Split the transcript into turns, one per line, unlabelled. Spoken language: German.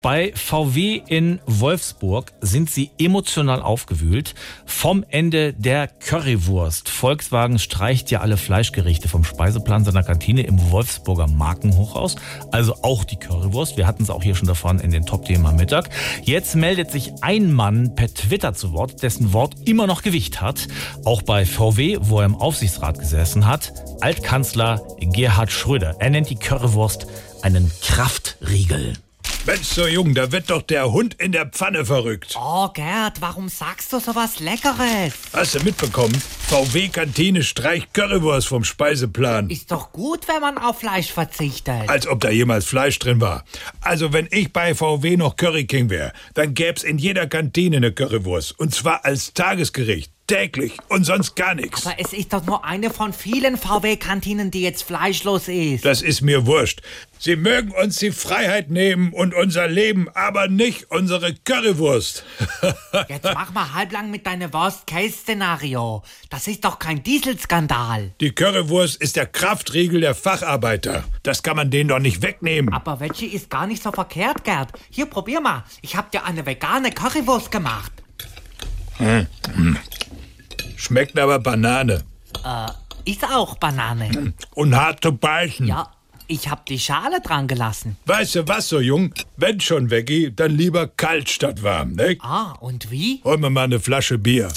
Bei VW in Wolfsburg sind sie emotional aufgewühlt. Vom Ende der Currywurst. Volkswagen streicht ja alle Fleischgerichte vom Speiseplan seiner Kantine im Wolfsburger Markenhochhaus. Also auch die Currywurst. Wir hatten es auch hier schon davon in den Top-Themen am Mittag. Jetzt meldet sich ein Mann per Twitter zu Wort, dessen Wort immer noch Gewicht hat. Auch bei VW, wo er im Aufsichtsrat gesessen hat. Altkanzler Gerhard Schröder. Er nennt die Currywurst einen Kraftriegel.
Mensch, so jung, da wird doch der Hund in der Pfanne verrückt.
Oh, Gerd, warum sagst du sowas Leckeres?
Hast du mitbekommen? VW-Kantine streicht Currywurst vom Speiseplan.
Ist doch gut, wenn man auf Fleisch verzichtet.
Als ob da jemals Fleisch drin war. Also, wenn ich bei VW noch Curry King wäre, dann gäb's in jeder Kantine eine Currywurst. Und zwar als Tagesgericht. Täglich und sonst gar nichts.
Aber es ist doch nur eine von vielen VW-Kantinen, die jetzt fleischlos ist.
Das ist mir wurscht. Sie mögen uns die Freiheit nehmen und unser Leben, aber nicht unsere Currywurst.
Jetzt mach mal halblang mit deinem Worst-Case-Szenario. Das ist doch kein Dieselskandal.
Die Currywurst ist der Kraftriegel der Facharbeiter. Das kann man denen doch nicht wegnehmen.
Aber welche ist gar nicht so verkehrt, Gerd. Hier, probier mal. Ich hab dir eine vegane Currywurst gemacht.
Schmeckt aber Banane.
Ist auch Banane.
Und hart zu beißen.
Ja, ich hab die Schale dran gelassen.
Weißt du was, so jung? Wenn schon Veggie, dann lieber kalt statt warm, ne?
Ah, und wie?
Hol mir mal eine Flasche Bier.